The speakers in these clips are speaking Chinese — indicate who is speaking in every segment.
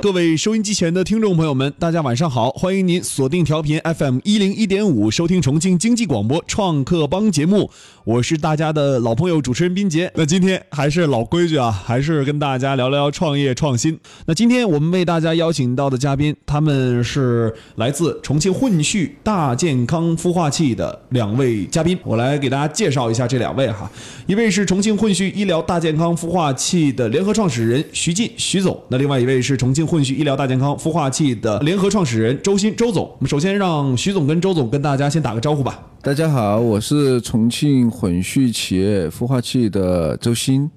Speaker 1: 各位收音机前的听众朋友们，大家晚上好！欢迎您锁定调频 FM 一零一点五，收听重庆经济广播《创客帮》节目，我是大家的老朋友主持人斌杰。那今天还是老规矩啊，还是跟大家聊聊创业创新。那今天我们为大家邀请到的嘉宾，他们是来自重庆混旭大健康孵化器的两位嘉宾，我来给大家介绍一下这两位哈。一位是重庆混旭医疗大健康孵化器的联合创始人徐进徐总，那另外一位是重庆混旭医疗大健康孵化器的联合创始人周鑫周总。我们首先让徐总跟周总跟大家先打个招呼吧。
Speaker 2: 大家好，我是重庆混旭企业孵化器的周鑫。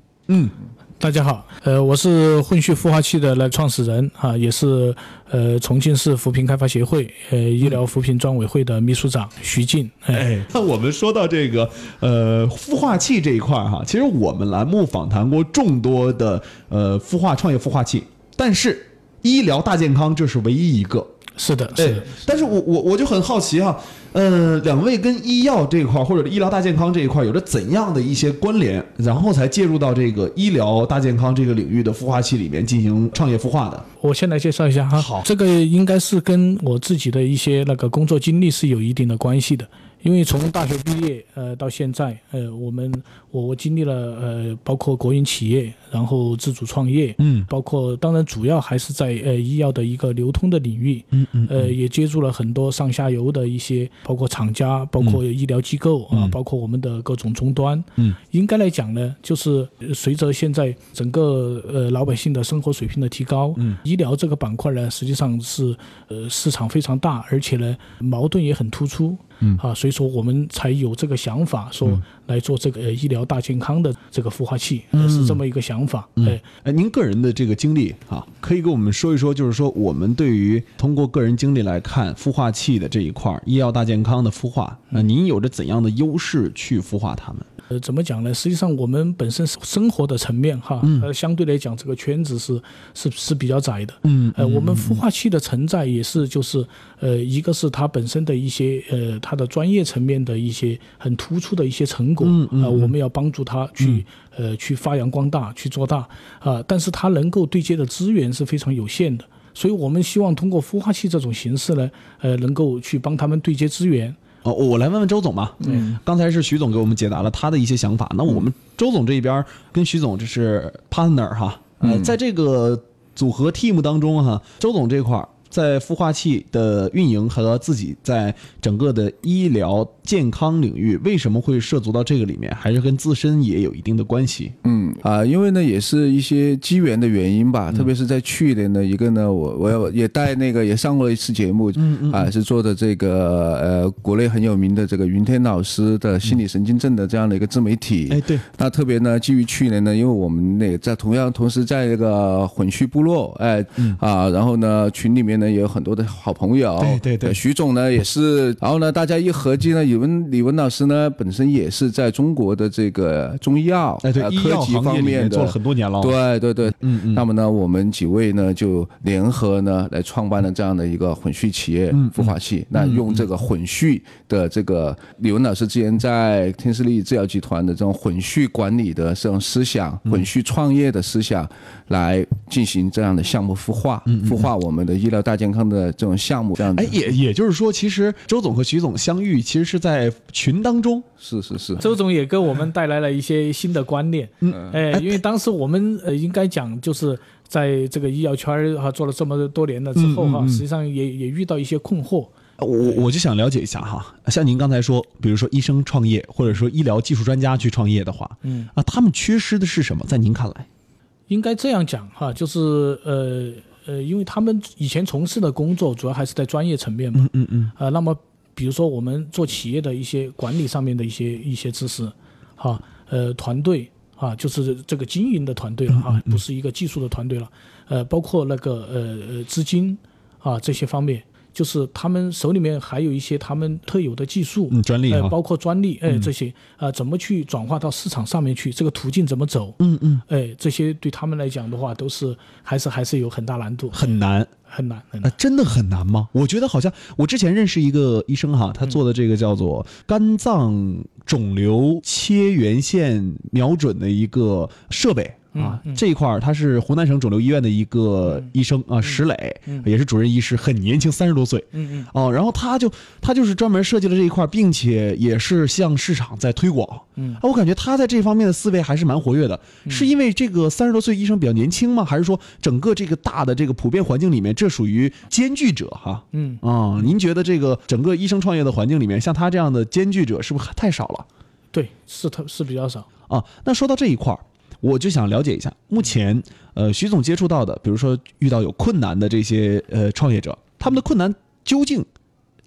Speaker 3: 大家好，呃，我是混旭孵化器的来创始人啊，也是呃重庆市扶贫开发协会呃医疗扶贫专委会的秘书长徐进。哎，
Speaker 1: 哎，那我们说到这个呃孵化器这一块儿哈，其实我们栏目访谈过众多的呃孵化创业孵化器，但是医疗大健康这是唯一一个。
Speaker 3: 是的，是
Speaker 1: 对
Speaker 3: 的，，
Speaker 1: 但是我我我就很好奇哈、呃，两位跟医药这一块儿或者医疗大健康这一块儿有着怎样的一些关联，然后才介入到这个医疗大健康这个领域的孵化器里面进行创业孵化的？
Speaker 3: 我先来介绍一下哈。
Speaker 1: 好
Speaker 3: 这个应该是跟我自己的一些那个工作经历是有一定的关系的，因为从大学毕业呃到现在呃，我们我我经历了呃包括国营企业，然后自主创业，
Speaker 1: 嗯，
Speaker 3: 包括当然主要还是在呃医药的一个流通的领域，嗯嗯，呃也接触了很多上下游的一些，包括厂家，包括医疗机构啊，包括我们的各种终端，
Speaker 1: 嗯，
Speaker 3: 应该来讲呢，就是呃随着现在整个呃老百姓的生活水平的提高，嗯，医疗这个板块呢，实际上是呃市场非常大，而且呢矛盾也很突出。嗯啊，所以说我们才有这个想法，说来做这个呃医疗大健康的这个孵化器，呃是这么一个想法。哎，
Speaker 1: 哎，您个人的这个经历啊，可以跟我们说一说，就是说我们对于通过个人经历来看孵化器的这一块儿，医药大健康的孵化，呃，您有着怎样的优势去孵化他们？
Speaker 3: 呃，怎么讲呢？实际上，我们本身生活的层面哈，呃，相对来讲，这个圈子是是是比较窄的。
Speaker 1: 嗯，
Speaker 3: 呃，我们孵化器的存在也是就是，呃，一个是它本身的一些呃它的专业层面的一些很突出的一些成果，嗯呃，我们要帮助它
Speaker 1: 嗯
Speaker 3: 去、呃去发扬光大，去做大啊、但是它能够对接的资源是非常有限的，所以我们希望通过孵化器这种形式呢，呃，能够去帮他们对接资源。
Speaker 1: 哦，我来问问周总吧。嗯，刚才是徐总给我们解答了他的一些想法，那我们周总这一边儿跟徐总这是 partner 哈，呃，在这个组合 team 当中哈，周总这块儿。在孵化器的运营和自己在整个的医疗健康领域，为什么会涉足到这个里面，还是跟自身也有一定的关系。
Speaker 2: 嗯啊、因为呢也是一些机缘的原因吧，
Speaker 1: 嗯
Speaker 2: 特别是在去年呢，一个呢，我我也也带那个也上过一次节目，嗯嗯，啊、是做的这个呃国内很有名的这个云天老师的心理神经症的这样的一个自媒体，
Speaker 1: 哎，对，
Speaker 2: 那特别呢，基于去年呢，因为我们也在同样同时在那个混序部落，哎、
Speaker 1: 嗯
Speaker 2: 啊，然后呢，群里面呢也有很多的好朋友，
Speaker 1: 对对对
Speaker 2: 呃徐总呢也是，然后呢，大家一合计呢，李文李文老师呢本身也是在中国的这个中医药、
Speaker 1: 哎，对
Speaker 2: 呃，
Speaker 1: 医药
Speaker 2: 科
Speaker 1: 行
Speaker 2: 技
Speaker 1: 业
Speaker 2: 方
Speaker 1: 里面
Speaker 2: 面
Speaker 1: 做了
Speaker 2: 的。
Speaker 1: 很多年了。，
Speaker 2: 对对对，
Speaker 1: 嗯嗯
Speaker 2: 那么呢，我们几位呢就联合呢来创办了这样的一个混序企业
Speaker 1: 嗯
Speaker 2: 孵化器。那用这个混序的这个李文老师之前在天士力制药集团的这种混序管理的这种思想、
Speaker 1: 嗯
Speaker 2: 混序创业的思想来进行这样的项目孵化，孵化我们的医疗大健康的这种项目。这样的
Speaker 1: 嗯哎，也也就是说，其实周总和徐总相遇，其实是在群当中。
Speaker 2: 是是是，
Speaker 3: 周总也给我们带来了一些新的观念，嗯，哎，因为当时我们呃，应该讲就是在这个医药圈儿哈、啊做了这么多年了之后哈、实际上也也遇到一些困惑，
Speaker 1: 我我我就想了解一下哈，像您刚才说，比如说医生创业，或者说医疗技术专家去创业的话，
Speaker 3: 嗯
Speaker 1: 啊，他们缺失的是什么？在您看来，
Speaker 3: 应该这样讲哈，就是呃呃，因为他们以前从事的工作主要还是在专业层面嘛，嗯嗯嗯，呃，那么比如说我们做企业的一些管理上面的一些一些知识，哈，呃，团队啊，就是这个经营的团队了哈，不是一个技术的团队了，呃，包括那个呃呃资金啊这些方面。就是他们手里面还有一些他们特有的技术，
Speaker 1: 嗯专利
Speaker 3: 呃
Speaker 1: 哈
Speaker 3: 包括专利，哎、这些，呃，怎么去转化到市场上面去？这个途径怎么走？嗯嗯，哎，这些对他们来讲的话，都是还是还是有很大难度，
Speaker 1: 很难，
Speaker 3: 很难，很
Speaker 1: 啊
Speaker 3: 难。，
Speaker 1: 真的很难吗？我觉得好像我之前认识一个医生
Speaker 3: 嗯
Speaker 1: 哈，他做的这个叫做肝脏肿瘤切缘线瞄准的一个设备。
Speaker 3: 嗯
Speaker 1: 啊，这一块儿他是湖南省肿瘤医院的一个医生啊，石磊也是主任医师，很年轻，三十多岁。
Speaker 3: 嗯嗯
Speaker 1: 哦，然后他就他就是专门设计了这一块，并且也是向市场在推广。
Speaker 3: 嗯
Speaker 1: 啊，我感觉他在这方面的思维还是蛮活跃的。是因为这个三十多岁医生比较年轻吗？还是说整个这个大的这个普遍环境里面，这属于艰巨者哈？
Speaker 3: 嗯，
Speaker 1: 啊、您觉得这个整个医生创业的环境里面，像他这样的艰巨者是不是太少了
Speaker 3: 对，是特是比较少。
Speaker 1: 啊？那说到这一块儿，我就想了解一下，目前呃，徐总接触到的，比如说遇到有困难的这些呃创业者，他们的困难究竟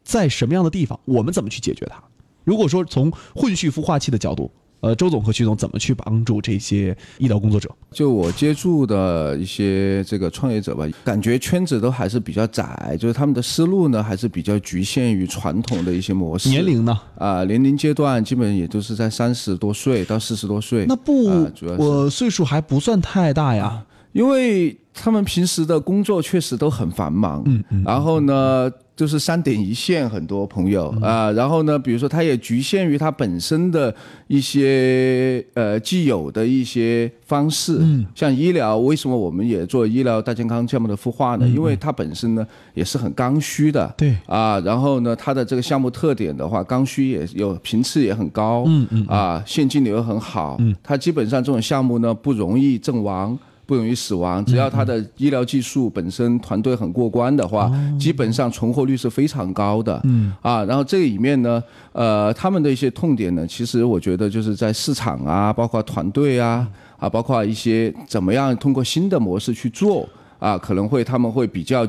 Speaker 1: 在什么样的地方？我们怎么去解决它？如果说从混序孵化器的角度，呃，周总和徐总怎么去帮助这些医疗工作者？
Speaker 2: 就我接触的一些这个创业者吧，感觉圈子都还是比较窄，就是他们的思路呢还是比较局限于传统的一些模式。
Speaker 1: 年龄呢？
Speaker 2: 啊、年龄阶段基本也都是在三十多岁到四十多岁。
Speaker 1: 那不，
Speaker 2: 啊主要是
Speaker 1: 我岁数还不算太大呀。
Speaker 2: 因为他们平时的工作确实都很繁忙，嗯嗯，然后呢，就是三点一线，很多朋友啊、然后呢，比如说他也局限于他本身的一些呃既有的一些方式，嗯，像医疗，为什么我们也做医疗大健康项目的孵化呢？因为它本身呢也是很刚需的，
Speaker 1: 对
Speaker 2: 啊，然后呢，它的这个项目特点的话，刚需也有频次也很高，嗯嗯，啊，现金流也很好，嗯，它基本上这种项目呢不容易阵亡。不容易死亡，只要它的医疗技术本身团队很过关的话，基本上存活率是非常高的。哦嗯啊，然后这里面呢，呃，他们的一些痛点呢，其实我觉得就是在市场啊，包括团队啊，啊，包括一些怎么样通过新的模式去做啊，可能会他们会比较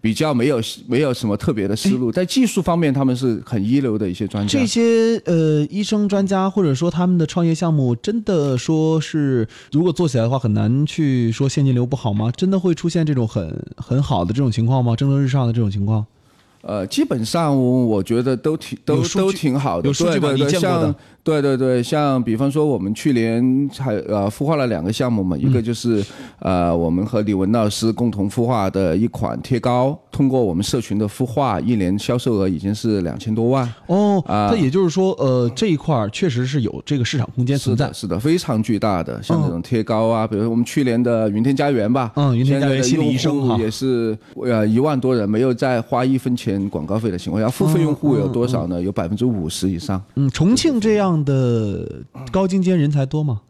Speaker 2: 比较没有没有什么特别的思路，在技术方面他们是很一流的一些专家
Speaker 1: 哎这。些呃医生专家或者说他们的创业项目，真的说是如果做起来的话，很难去说现金流不好吗？真的会出现这种很很好的这种情况吗？蒸蒸日上的这种情况？
Speaker 2: 呃，基本上我觉得都挺都
Speaker 1: 有数据
Speaker 2: 都挺好的，
Speaker 1: 有数据吗
Speaker 2: 对对
Speaker 1: 你
Speaker 2: 对，
Speaker 1: 见过的
Speaker 2: 像对对对，像比方说我们去年还呃孵化了两个项目嘛，一
Speaker 1: 嗯
Speaker 2: 个就是、呃我们和李文老师共同孵化的一款贴膏，通过我们社群的孵化，一年销售额已经是两千多万，
Speaker 1: 哦，那也就是说，呃，这一块儿确实是有这个市场空间
Speaker 2: 是
Speaker 1: 存在
Speaker 2: 的，。是的，非常巨大的，像这种贴膏啊，比如说我们去年的云天家园吧，
Speaker 1: 嗯云天家园
Speaker 2: 现在的
Speaker 1: 心理医生
Speaker 2: 用户
Speaker 1: 哈
Speaker 2: 也是呃一万多人，没有再花一分钱广告费的情况下，付费用户有多少呢？有百分之五十以上。
Speaker 1: 嗯，重庆这样的高精尖人才多吗？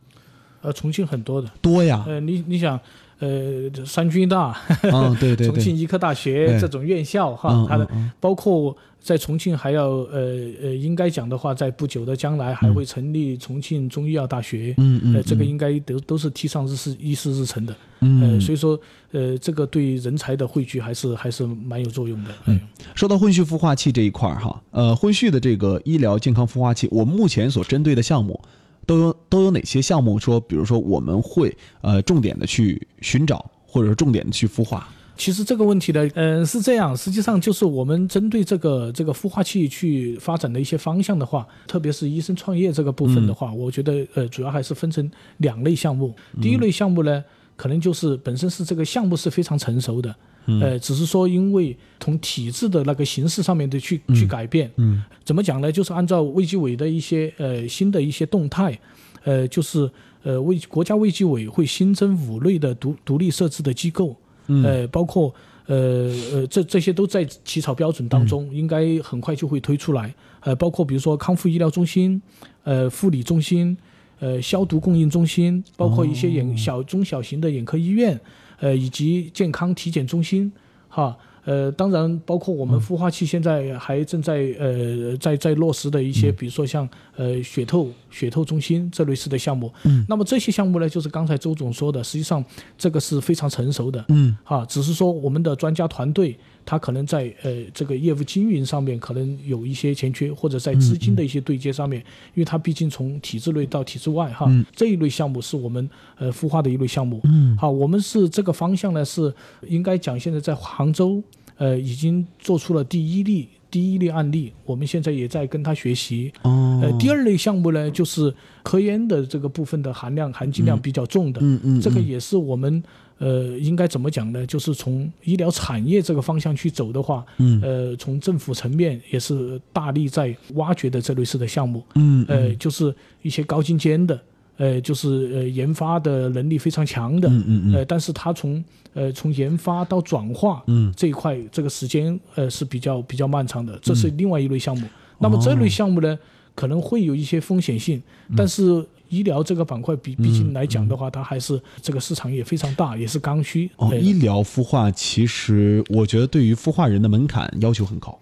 Speaker 3: 呃，重庆很多的，
Speaker 1: 多呀，
Speaker 3: 呃，你你想，呃，三军大、
Speaker 1: 嗯，对对
Speaker 3: 重庆
Speaker 1: 对，
Speaker 3: 医科大学
Speaker 1: 对
Speaker 3: 这种院校哈
Speaker 1: 嗯，
Speaker 3: 它的
Speaker 1: 嗯嗯
Speaker 3: 包括在重庆还要呃呃，应该讲的话，在不久的将来还会成立重庆中医药大学。
Speaker 1: 嗯嗯
Speaker 3: 呃，这个
Speaker 1: 嗯
Speaker 3: 应该都都是提上日是议事日成的，呃，
Speaker 1: 嗯
Speaker 3: 所以说，呃，这个对人才的汇聚还是还是蛮有作用的。
Speaker 1: 哎
Speaker 3: 嗯，
Speaker 1: 说到混序孵化器这一块儿哈，呃，混序的这个医疗健康孵化器，我们目前所针对的项目都有都有哪些项目？说，比如说我们会呃重点的去寻找，或者说重点的去孵化。
Speaker 3: 其实这个问题呢，嗯、是这样，实际上就是我们针对这个这个孵化器去发展的一些方向的话，特别是医生创业这个部分的话，我觉得呃，主要还是分成两类项目。第一类项目呢，可能就是本身是这个项目是非常成熟的，
Speaker 1: 嗯
Speaker 3: 呃，只是说因为从体制的那个形式上面的去、去改变，
Speaker 1: 嗯，
Speaker 3: 怎么讲呢？就是按照卫计委的一些呃新的一些动态，呃，就是呃卫国家卫计委会新增五类的独独立设置的机构，
Speaker 1: 嗯
Speaker 3: 呃，包括呃呃这这些都在起草标准当中，
Speaker 1: 嗯
Speaker 3: 应该很快就会推出来。呃，包括比如说康复医疗中心、呃护理中心、呃消毒供应中心，包括一些眼小中小型的眼科医院，呃以及健康体检中心，哈。呃，当然，包括我们孵化器现在还正在呃在在落实的一些，比如说像呃血透血透中心这类似的项目。嗯。那么这些项目呢，就是刚才周总说的，实际上这个是非常成熟的。
Speaker 1: 嗯。
Speaker 3: 啊，只是说我们的专家团队，他可能在呃这个业务经营上面可能有一些欠缺，或者在资金的一些对接上面，因为他毕竟从体制内到体制外哈，这一类项目是我们呃孵化的一类项目。嗯，好，我们是这个方向呢，是呃应该讲现在在杭州呃已经做出了第一例第一例案例，我们现在也在跟他学习。
Speaker 1: 哦
Speaker 3: 呃，第二类项目呢，就是科研的这个部分的含量、含金量比较重的，
Speaker 1: 嗯嗯
Speaker 3: 这个也是我们呃应该怎么讲呢？就是从医疗产业这个方向去走的话，
Speaker 1: 嗯
Speaker 3: 呃，从政府层面也是大力在挖掘的这类似的项目，
Speaker 1: 嗯
Speaker 3: 呃，就是一些高精尖的。呃，就是呃研发的能力非常强
Speaker 1: 嗯
Speaker 3: 的，呃，但是它从呃从研发到转化，
Speaker 1: 嗯
Speaker 3: 这一块这个时间呃是比较比较漫长
Speaker 1: 嗯
Speaker 3: 的，这是另外一类项目。那
Speaker 1: 哦
Speaker 3: 么这类项目呢，可能会有一些风险性，
Speaker 1: 嗯
Speaker 3: 但是。医疗这个板块比毕竟来讲的话，它还是这个市场也非常大，也是刚需。
Speaker 1: 哦，
Speaker 3: 呃
Speaker 1: 医疗孵化其实我觉得对于孵化人的门槛要求很高，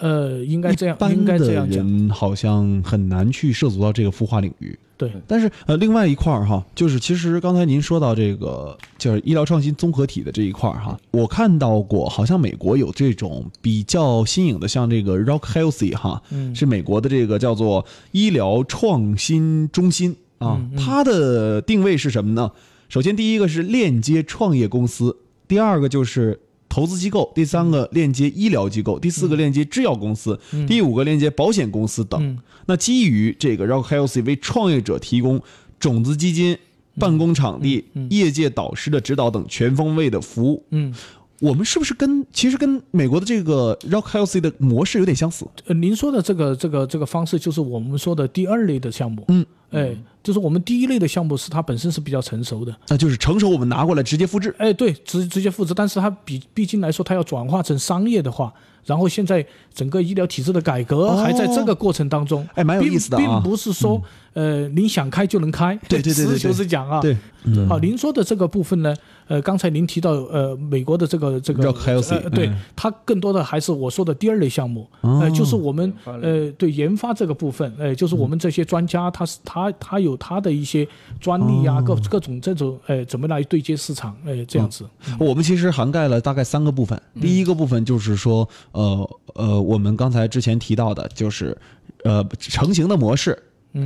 Speaker 3: 呃，应该这样
Speaker 1: 一，般
Speaker 3: 应该这
Speaker 1: 的
Speaker 3: 样讲。
Speaker 1: 人好像很难去涉足到这个孵化领域。
Speaker 3: 对，
Speaker 1: 但是呃，另外一块儿哈，就是其实刚才您说到这个就是医疗创新综合体的这一块儿哈，我看到过，好像美国有这种比较新颖的，像这个 Rock Healthy 哈，
Speaker 3: 嗯
Speaker 1: 是美国的这个叫做医疗创新中心啊，
Speaker 3: 嗯
Speaker 1: 它的定位是什么呢？首先第一个是链接创业公司，第二个就是。投资机构，第三个链接医疗机构，第四个链接制药公司，第五个链接保险公司等。
Speaker 3: 嗯
Speaker 1: 那基于这个 Rock Healthy 为创业者提供种子基金、办公场地、业界导师的指导等全方位的服务。
Speaker 3: 嗯，
Speaker 1: 我们是不是跟其实跟美国的这个 Rock Healthy 的模式有点相似？
Speaker 3: 呃，您说的这个这个这个方式，就是我们说的第二类的项目。
Speaker 1: 嗯，
Speaker 3: 哎，就是我们第一类的项目是它本身是比较成熟的。
Speaker 1: 那啊就是成熟我们拿过来直接复制。
Speaker 3: 哎，对，直直接复制，但是它比毕竟来说，它要转化成商业的话，然后现在整个医疗体制的改革还在这个过程当中，
Speaker 1: 哦哎蛮有意思的啊嗯
Speaker 3: 并并不是说、呃您想开就能开，
Speaker 1: 对对对对
Speaker 3: 实事求
Speaker 1: 对
Speaker 3: 是讲啊，
Speaker 1: 对，嗯
Speaker 3: 好、您说的这个部分呢，呃，刚才您提到呃，美国的这个这个
Speaker 1: Rock Healthy，
Speaker 3: 呃对
Speaker 1: 嗯哦
Speaker 3: 它更多的还是我说的第二类项目，呃，就是我们呃对研发这个部分，呃，就是我
Speaker 1: 嗯
Speaker 3: 们这些专家，他是他他有他的一些专利啊，
Speaker 1: 哦
Speaker 3: 各各种这种呃，怎么来对接市场，呃，这样子，
Speaker 1: 我们其实涵盖了大概三个部分。
Speaker 3: 嗯
Speaker 1: 第一个部分就是说，呃呃，我们刚才之前提到的，就是呃成型的模式。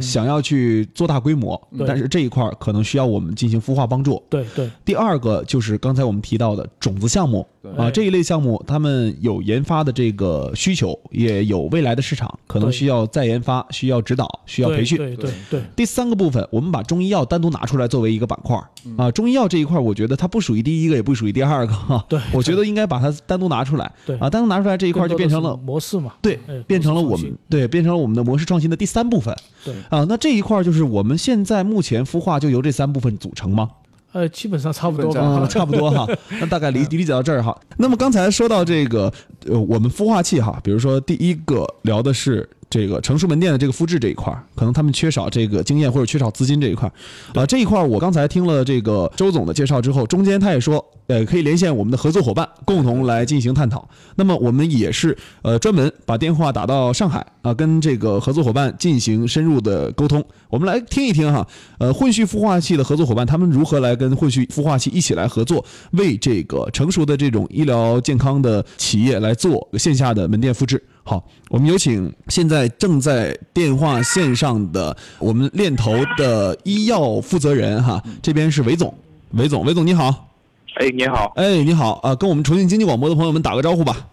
Speaker 1: 想要去做大规模，
Speaker 3: 嗯对
Speaker 1: 但是这一块儿可能需要我们进行孵化帮助。
Speaker 3: 对对，
Speaker 1: 第二个就是刚才我们提到的种子项目啊，这一类项目他们有研发的这个需求，也有未来的市场，可能
Speaker 3: 对
Speaker 1: 需要再研发，需要指导，需要培训。
Speaker 3: 对对对对
Speaker 1: 第三个部分，我们把中医药单独拿出来作为一个板块儿
Speaker 3: 嗯
Speaker 1: 啊，中医药这一块，我觉得它不属于第一个，也不属于第二个哈。
Speaker 3: 对
Speaker 1: 我觉得应该把它单独拿出来。
Speaker 3: 对
Speaker 1: 啊，单独拿出来这一
Speaker 3: 一
Speaker 1: 块就变成了
Speaker 3: 模式嘛，
Speaker 1: 对
Speaker 3: 哎模式，
Speaker 1: 变成了我
Speaker 3: 创新
Speaker 1: 们对变成了我们的模式创新的第三部分
Speaker 3: 对，
Speaker 1: 啊。那这一块就是我们现在目前孵化就由这三部分组成吗？
Speaker 3: 呃，基本上差不多
Speaker 2: 基本上
Speaker 3: 吧，
Speaker 1: 啊，差不多哈。那大概理理解到这儿哈。那么刚才说到这个，呃，我们孵化器哈，比如说第一个聊的是这个成熟门店的这个复制这一块儿，可能他们缺少这个经验或者缺少资金这一块儿。啊，这一块儿我刚才听了这个周总的介绍之后，中间他也说，呃，可以连线我们的合作伙伴，共同来进行探讨。那么我们也是呃专门把电话打到上海啊、跟这个合作伙伴进行深入的沟通。我们来听一听哈，呃，混序孵化器的合作伙伴他们如何来跟混序孵化器一起来合作，为这个成熟的这种医疗健康的企业来做呃线下的门店复制。好，我们有请现在正在电话线上的我们链头的医药负责人哈，这边是韦总，韦总，韦总你好，
Speaker 4: 哎，你好，
Speaker 1: 哎，你好啊、跟我们重庆经济广播的朋友们打个招呼吧。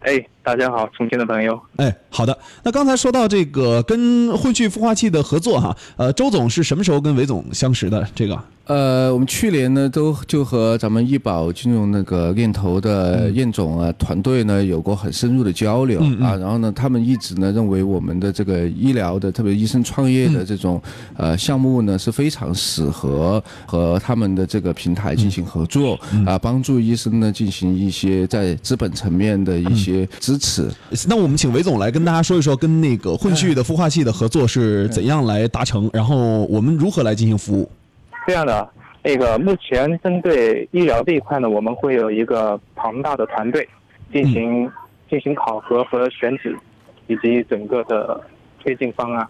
Speaker 4: 哎，大家好，重庆的朋友，
Speaker 1: 哎，好的。那刚才说到这个跟混序孵化器的合作哈，呃，周总是什么时候跟韦总相识的？这个
Speaker 2: 呃，我们去年呢，都就和咱们易宝金融那个链头的燕总啊、团队呢有过很深入的交流、啊，然后呢，他们一直呢认为我们的这个医疗的，特别医生创业的这种、呃项目呢是非常适合和他们的这个平台进行合作、啊，帮助医生呢进行一些在资本层面的一些支持。
Speaker 1: 那我们请韦总来跟大家说一说，跟那个混序的孵化器的合作是怎样来达成，然后我们如何来进行服务。
Speaker 4: 这样的，那个目前针对医疗这一块呢，我们会有一个庞大的团队进行进行考核和选址，以及整个的推进方案。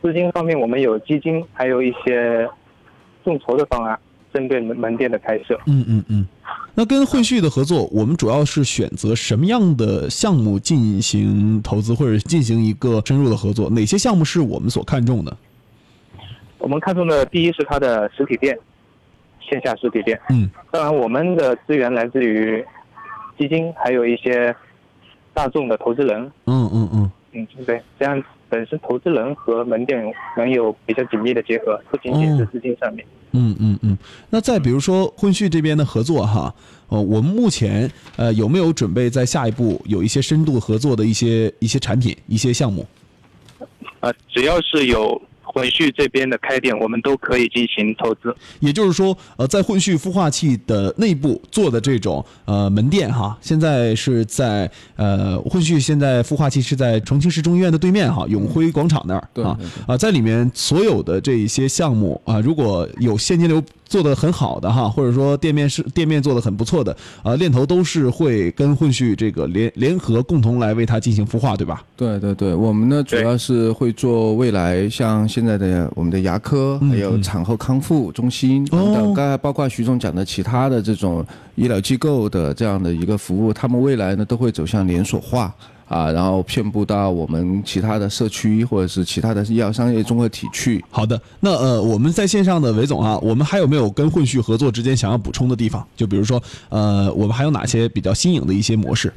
Speaker 4: 资金方面，我们有基金，还有一些众筹的方案，针对门门店的开设。
Speaker 1: 嗯嗯嗯。那跟混序的合作，我们主要是选择什么样的项目进行投资，或者进行一个深入的合作？哪些项目是我们所看重的？
Speaker 4: 我们看中的第一是它的实体店，线下实体店。
Speaker 1: 嗯，
Speaker 4: 当然，我们的资源来自于基金，还有一些大众的投资人。
Speaker 1: 嗯嗯嗯。
Speaker 4: 嗯，对，这样本身投资人和门店能有比较紧密的结合，不仅仅是资金上面。
Speaker 1: 嗯嗯嗯，那再比如说混序这边的合作哈，呃，我们目前呃有没有准备在下一步有一些深度合作的一些一些产品、一些项目？
Speaker 4: 呃啊、只要是有混旭这边的开店，我们都可以进行投资。
Speaker 1: 也就是说，呃，在混旭孵化器的内部做的这种呃门店哈，现在是在呃混旭现在孵化器是在重庆市中医院的对面哈，永辉广场那儿
Speaker 2: 嗯对
Speaker 1: 啊
Speaker 2: 对
Speaker 1: 啊，在里面所有的这一些项目啊，如果有现金流做得很好的哈，或者说店面是店面做得很不错的啊，链头都是会跟混旭这个联联合共同来为它进行孵化，对吧？
Speaker 2: 对对对，我们呢主
Speaker 4: 对
Speaker 2: 要是会做未来像现在的我们的牙科，还有产后康复中心等
Speaker 1: 哦
Speaker 2: 等，刚才包括徐总讲的其他的这种医疗机构的这样的一个服务，他们未来呢都会走向连锁化。啊，然后遍布到我们其他的社区或者是其他的医药商业综合体去。
Speaker 1: 好的，那呃，我们在线上的韦总啊，我们还有没有跟混旭合作之间想要补充的地方？就比如说，呃，我们还有哪些比较新颖的一些模式？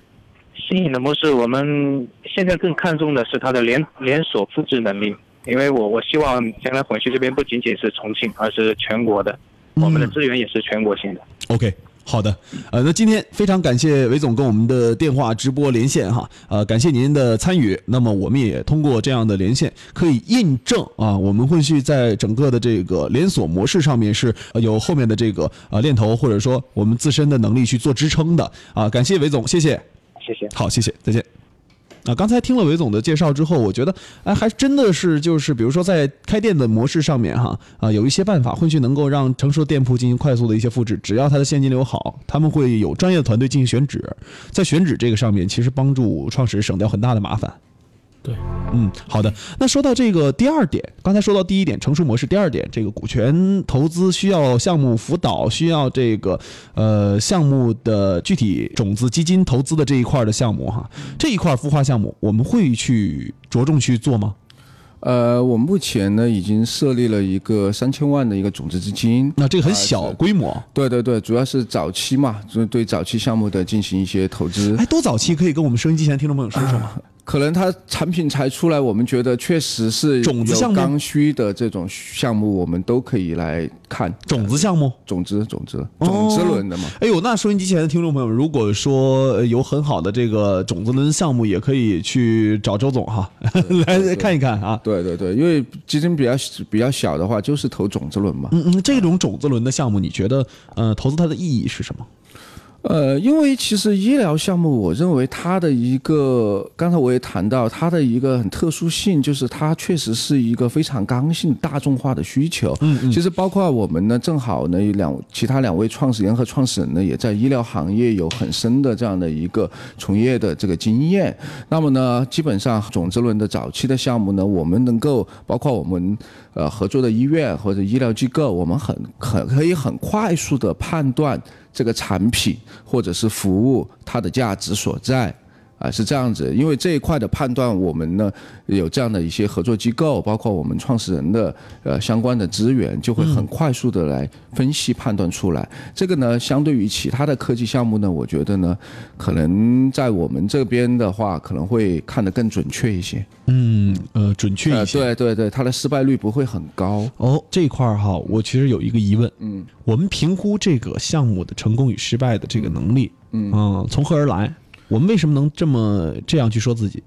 Speaker 4: 新颖的模式，我们现在更看重的是它的连连锁复制能力，因为我我希望将来混旭这边不仅仅是重庆，而是全国的，我们的资源也是全国性的。
Speaker 1: OK，好的，呃，那今天非常感谢韦总跟我们的电话直播连线哈，呃，感谢您的参与。那么我们也通过这样的连线，可以印证啊，我们混旭在整个的这个连锁模式上面是呃有后面的这个呃链头或者说我们自身的能力去做支撑的啊。感谢韦总，谢谢。
Speaker 4: 谢谢。
Speaker 1: 好，谢谢，再见。啊，刚才听了韦总的介绍之后，我觉得，哎，还真的是就是，比如说在开店的模式上面哈，啊，有一些办法，混旭能够让成熟的店铺进行快速的一些复制，只要它的现金流好，他们会有专业的团队进行选址，在选址这个上面，其实帮助创始人省掉很大的麻烦。
Speaker 3: 对，
Speaker 1: 嗯，好的。那说到这个第二点，刚才说到第一点成熟模式，第二点这个股权投资需要项目辅导，需要这个呃项目的具体种子基金投资的这一块的项目哈，这一块孵化项目我们会去着重去做吗？
Speaker 2: 呃，我们目前呢已经设立了一个三千万的一个种子基金，
Speaker 1: 那这个很小规模，
Speaker 2: 对对对，主要是早期嘛，就是对早期项目的进行一些投资。
Speaker 1: 哎，多早期可以跟我们收音机前听众朋友说说吗？
Speaker 2: 可能它产品才出来，我们觉得确实是
Speaker 1: 种子项目
Speaker 2: 有刚需的这种项目，我们都可以来看
Speaker 1: 种子项目。
Speaker 2: 种子、种子、种子轮的嘛。
Speaker 1: 哎呦，那收音机前的听众朋友们，如果说呃有很好的这个种子轮项目，也可以去找周总哈， 来看一看啊。
Speaker 2: 对对对，因为基金比较比较小的话，就是投种子轮嘛。
Speaker 1: 嗯嗯，这种种子轮的项目，你觉得呃，投资它的意义是什么？
Speaker 2: 呃，因为其实医疗项目，我认为它的一个，刚才我也谈到它的一个很特殊性，就是它确实是一个非常刚性、大众化的需求。嗯嗯。其实包括我们呢，正好呢，两其他两位创始人和创始人呢，也在医疗行业有很深的这样的一个从业的这个经验。那么呢，基本上种子轮的早期的项目呢，我们能够包括我们呃合作的医院或者医疗机构，我们很很可以很快速的判断。这个产品或者是服务它的价值所在。啊，是这样子，因为这一块的判断，我们呢有这样的一些合作机构，包括我们创始人的呃相关的资源，就会很快速的来分析判断出来。这个呢，相对于其他的科技项目呢，我觉得呢，可能在我们这边的话，可能会看得更准确一些。
Speaker 1: 嗯呃，准确
Speaker 2: 呃，
Speaker 1: 一些。
Speaker 2: 对对对，它的失败率不会很高。
Speaker 1: 哦，这一块儿哈，我其实有一个疑问，嗯，我们评估这个项目的成功与失败的这个能力，嗯，从何而来？我们为什么能这么这样去说自己？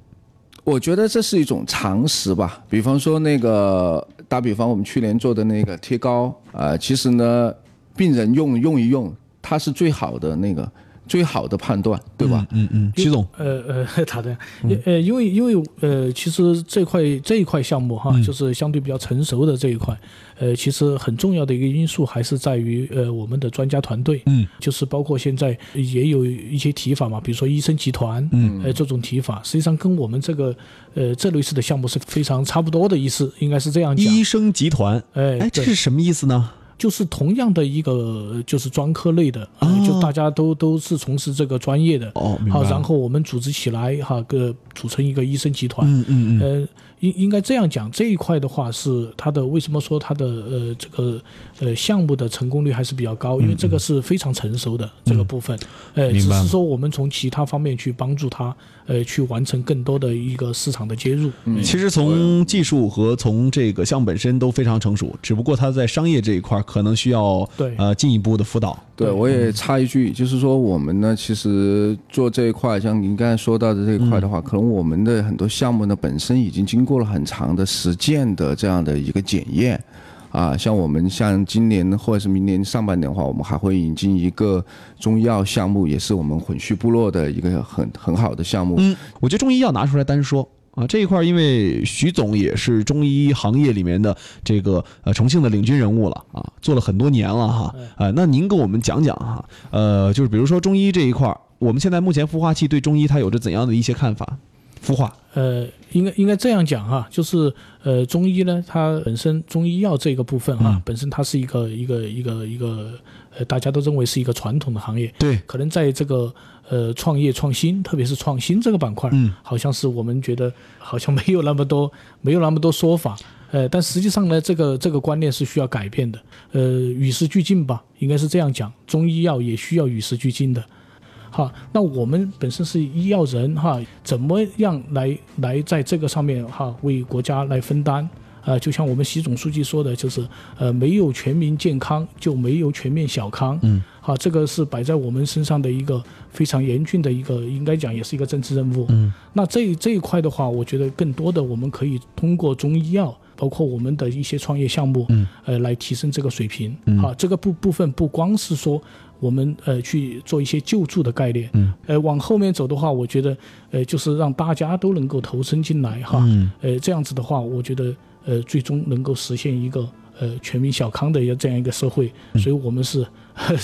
Speaker 2: 我觉得这是一种常识吧。比方说那个打比方，我们去年做的那个贴膏，呃，其实呢，病人用用一用，它是最好的那个最好的判断，对吧？
Speaker 1: 嗯嗯，徐总，
Speaker 3: 呃呃， 好的，
Speaker 1: 嗯
Speaker 3: 因呃，因为因为呃，其实这块这一块项目哈，
Speaker 1: 嗯
Speaker 3: 就是相对比较成熟的这一块，呃，其实很重要的一个因素还是在于呃我们的专家团队，
Speaker 1: 嗯，
Speaker 3: 就是包括现在也有一些提法嘛，比如说医生集团，嗯，呃这种提法，实际上跟我们这个呃这类似的项目是非常差不多的意思，应该是这样讲。
Speaker 1: 医生集团，
Speaker 3: 哎
Speaker 1: 哎，这
Speaker 3: 对
Speaker 1: 是什么意思呢？
Speaker 3: 就是同样的一个呃就是专科类的，呃
Speaker 1: 哦
Speaker 3: 就大家都都是从事这个专业的，
Speaker 1: 哦明白
Speaker 3: 好，
Speaker 1: 了
Speaker 3: 然后我们组织起来哈，个组成一个医生集团，
Speaker 1: 嗯嗯嗯，
Speaker 3: 呃，应应该这样讲，这一块的话是它的为什么说它的呃这个呃项目的成功率还是比较
Speaker 1: 嗯
Speaker 3: 高，因为这个是非常成熟的、这个部分，呃，
Speaker 1: 明
Speaker 3: 只
Speaker 1: 白了
Speaker 3: 是说我们从其他方面去帮助它，呃，去完成更多的一个市场的接入，嗯
Speaker 1: 其实从技术和从这个项目本身都非常成熟，只不过它在商业这一块儿可能需要
Speaker 3: 对
Speaker 1: 呃进一步的辅导。
Speaker 2: 对，我也插一句，就是说我们呢，其实做这一块，像您刚才说到的这一块的话，可能我们的很多项目呢，本身已经经过过了很长的实践的这样的一个检验。啊，像我们像今年或者是明年上半年的话，我们还会引进一个中医药项目，也是我们混血部落的一个很很好的项目。
Speaker 1: 嗯，我觉得中医要拿出来单说啊，这一块儿因为徐总也是中医行业里面的这个呃重庆的领军人物了啊，做了很多年了哈。呃，那您给我们讲讲哈，呃，就是比如说中医这一块儿，我们现在目前孵化器对中医它有着怎样的一些看法？孵化，
Speaker 3: 呃，应该应该这样讲哈，就是呃，中医呢，它本身中医药这个部分哈，
Speaker 1: 嗯
Speaker 3: 本身它是一个一个一个一个，呃，大家都认为是一个传统的行业，
Speaker 1: 对，
Speaker 3: 可能在这个呃创业创新，特别是创新这个板块，
Speaker 1: 嗯，
Speaker 3: 好像是我们觉得好像没有那么多没有那么多说法，呃，但实际上呢，这个这个观念是需要改变的，呃，与时俱进吧，应该是这样讲，中医药也需要与时俱进的。哈，那我们本身是医药人哈，怎么样来来在这个上面哈为国家来分担？呃，就像我们习总书记说的，就是呃，没有全民健康就没有全面小康。嗯，好，这个是摆在我们身上的一个非常严峻的一个，应该讲也是一个政治任务。嗯，那这这一块的话，我觉得更多的我们可以通过中医药。包括我们的一些创业项目，嗯，呃，来提升这个水平。嗯，好，这个部部分不光是说我们呃去做一些救助的概念，嗯，呃，往后面走的话，我觉得呃就是让大家都能够投身进来哈，
Speaker 1: 啊
Speaker 3: 嗯，呃，这样子的话，我觉得呃最终能够实现一个呃全民小康的一个这样一个社会，所以我们是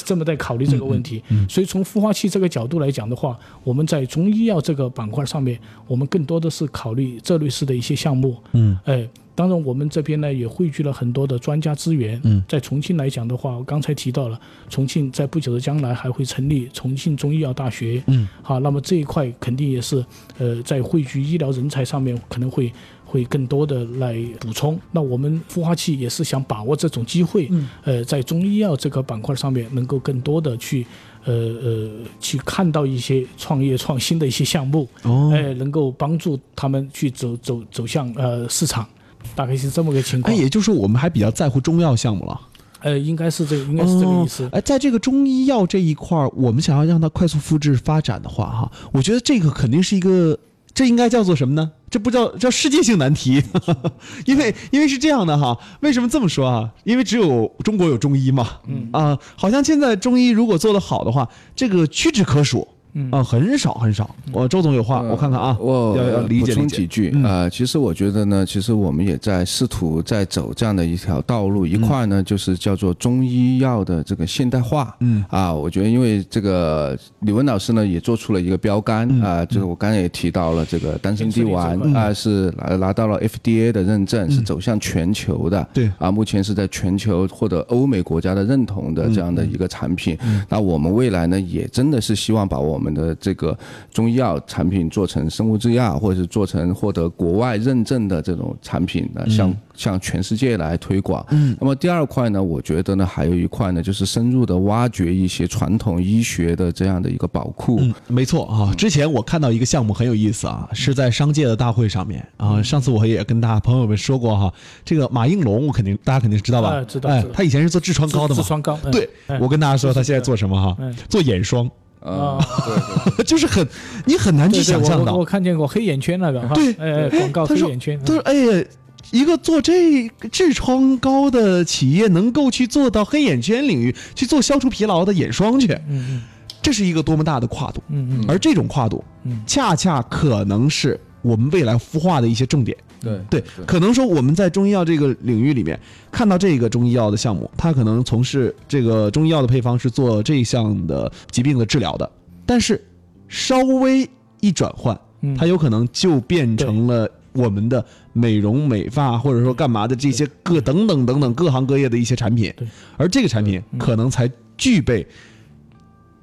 Speaker 3: 这么在考虑这个问题。所以从孵化器这个角度来讲的话，我们在中医药这个板块上面，我们更多的是考虑这类似的一些项目，嗯，哎。当然，我们这边呢也汇聚了很多的专家资源。嗯，在重庆来讲的话，我刚才提到了，重庆在不久的将来还会成立重庆中医药大学。嗯，好，那么这一块肯定也是呃，在汇聚医疗人才上面可能会会更多的来补充。那我们孵化器也是想把握这种机会，嗯、呃，在中医药这个板块上面能够更多的去。呃呃，去看到一些创业创新的一些项目，
Speaker 1: 哦
Speaker 3: 哎、能够帮助他们去走走走向呃市场，大概是这么个情
Speaker 1: 哎，
Speaker 3: 况。
Speaker 1: 也就是说我们还比较在乎中药项目了。
Speaker 3: 呃，应该是这个，应该是这个意思。
Speaker 1: 哦哎，在这个中医药这一块儿，我们想要让它快速复制发展的话，哈，我觉得这个肯定是一个，这应该叫做什么呢？这不叫叫世界性难题， 因为因为是这样的哈，为什么这么说啊？因为只有中国有中医嘛，嗯啊、好像现在中医如果做得好的话，这个屈指可数，嗯啊、很少很少。
Speaker 3: 嗯
Speaker 1: 我、周总有话，我看看啊，
Speaker 2: 呃我
Speaker 1: 要要理解嗯
Speaker 2: 嗯呃补
Speaker 1: 理
Speaker 2: 充
Speaker 1: 解
Speaker 2: 几，句啊、呃，其实我觉得呢，其实我们也在试图在走这样的一条道路，一块
Speaker 1: 嗯
Speaker 2: 呢就是叫做中医药的这个现代化，嗯啊，我觉得因为这个李文老师呢也做出了一个标杆
Speaker 1: 嗯
Speaker 2: 啊，就是我刚才也提到了这个丹参地丸
Speaker 3: 嗯
Speaker 2: 啊是拿拿到了 FDA 的认证，是走向全球的，
Speaker 1: 嗯对
Speaker 2: 啊，目前是在全球获得欧美国家的认同
Speaker 1: 嗯
Speaker 2: 的这样的一个产品。那我们未来呢，也真的是希望把我们的这个中医药产品做成生物制药，或者是做成获得国外认证的这种产品呢，
Speaker 1: 嗯
Speaker 2: 向向全世界来推广。嗯，那么第二块呢，我觉得呢，还有一块呢，就是深入的挖掘一些传统医学的这样的一个宝库。
Speaker 1: 嗯，没错啊。之前我看到一个项目很有意思啊，是在商界的大会上面啊。上次我也跟大家朋友们说过哈、这个马应龙，我肯定大家肯定知道吧？
Speaker 3: 哎知道
Speaker 1: 哎
Speaker 3: 知，道
Speaker 1: 他以前是做痔疮膏的嘛
Speaker 3: 痔。疮膏，嗯
Speaker 1: 对，
Speaker 3: 嗯
Speaker 1: 我跟大家说他现在做什么哈、
Speaker 3: 嗯
Speaker 1: 做眼霜，
Speaker 2: 啊、对对对。
Speaker 1: 就是很你很难去
Speaker 3: 对对，
Speaker 1: 想
Speaker 3: 我
Speaker 1: 象
Speaker 3: 我我
Speaker 1: 到。
Speaker 3: 看见过黑眼圈那个哈，
Speaker 1: 对
Speaker 3: 哎，哎广告
Speaker 1: 他
Speaker 3: 黑
Speaker 1: 说
Speaker 3: 眼圈，
Speaker 1: 他说
Speaker 3: 嗯
Speaker 1: 哎呀。一个做这个痔疮膏的企业能够去做到黑眼圈领域去做消除疲劳的眼霜去，
Speaker 3: 嗯
Speaker 1: 这是一个多么大的跨度！
Speaker 3: 嗯嗯
Speaker 1: 而这种跨度，
Speaker 3: 嗯
Speaker 1: 恰恰可能是我们未来孵化的一些重点。
Speaker 2: 对
Speaker 1: 对，可能说我们在中医药这个领域里面看到这个中医药的项目，它可能从事这个中医药的配方是做这项的疾病的治疗的，但是稍微一转换，
Speaker 3: 嗯，
Speaker 1: 它有可能就变成了我们的美容美发或者说干嘛的这些各等等等等各行各业的一些产品
Speaker 3: 对，
Speaker 1: 而这个产品可能才具备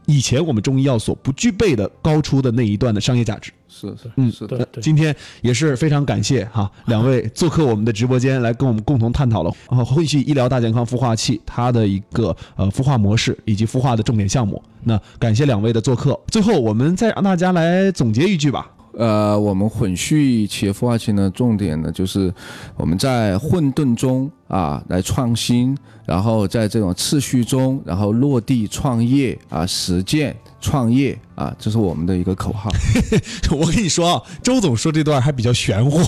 Speaker 1: 以前我们中医药所不具备的高出的那一段的商业价值。
Speaker 2: 是是
Speaker 1: 嗯
Speaker 2: 是的。
Speaker 3: 对
Speaker 1: 那
Speaker 3: 对
Speaker 1: 今天也是非常感谢 哈、两位做客我们的直播间，来跟我们共同探讨了啊后续医疗大健康孵化器它的一个呃孵化模式以及孵化的重点项目。那感谢两位的做客，最后我们再让大家来总结一句吧。
Speaker 2: 呃，我们混续企业孵化器呢，重点呢就是我们在混沌中啊来创新，然后在这种次序中，然后落地创业啊实践。创业啊，这是我们的一个口号。
Speaker 1: 我跟你说啊，周总说这段还比较玄乎，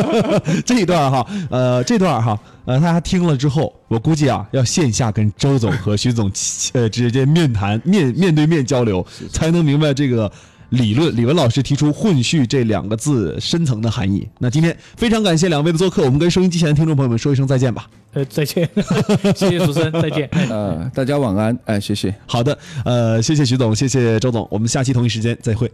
Speaker 1: 这一段哈，呃，这段哈，呃，大家听了之后，我估计啊，要线下跟周总和徐总 呃直接面谈，面面对面交流，才能明白这个。理论，李文老师提出“混序”这两个字深层的含义。那今天非常感谢两位的做客，我们跟收音机前的听众朋友们说一声再见吧。
Speaker 3: 呃，再见，谢谢主持人，再见。
Speaker 2: 呃，大家晚安，哎，谢谢。
Speaker 1: 好的，呃，谢谢徐总，谢谢周总，我们下期同一时间再会。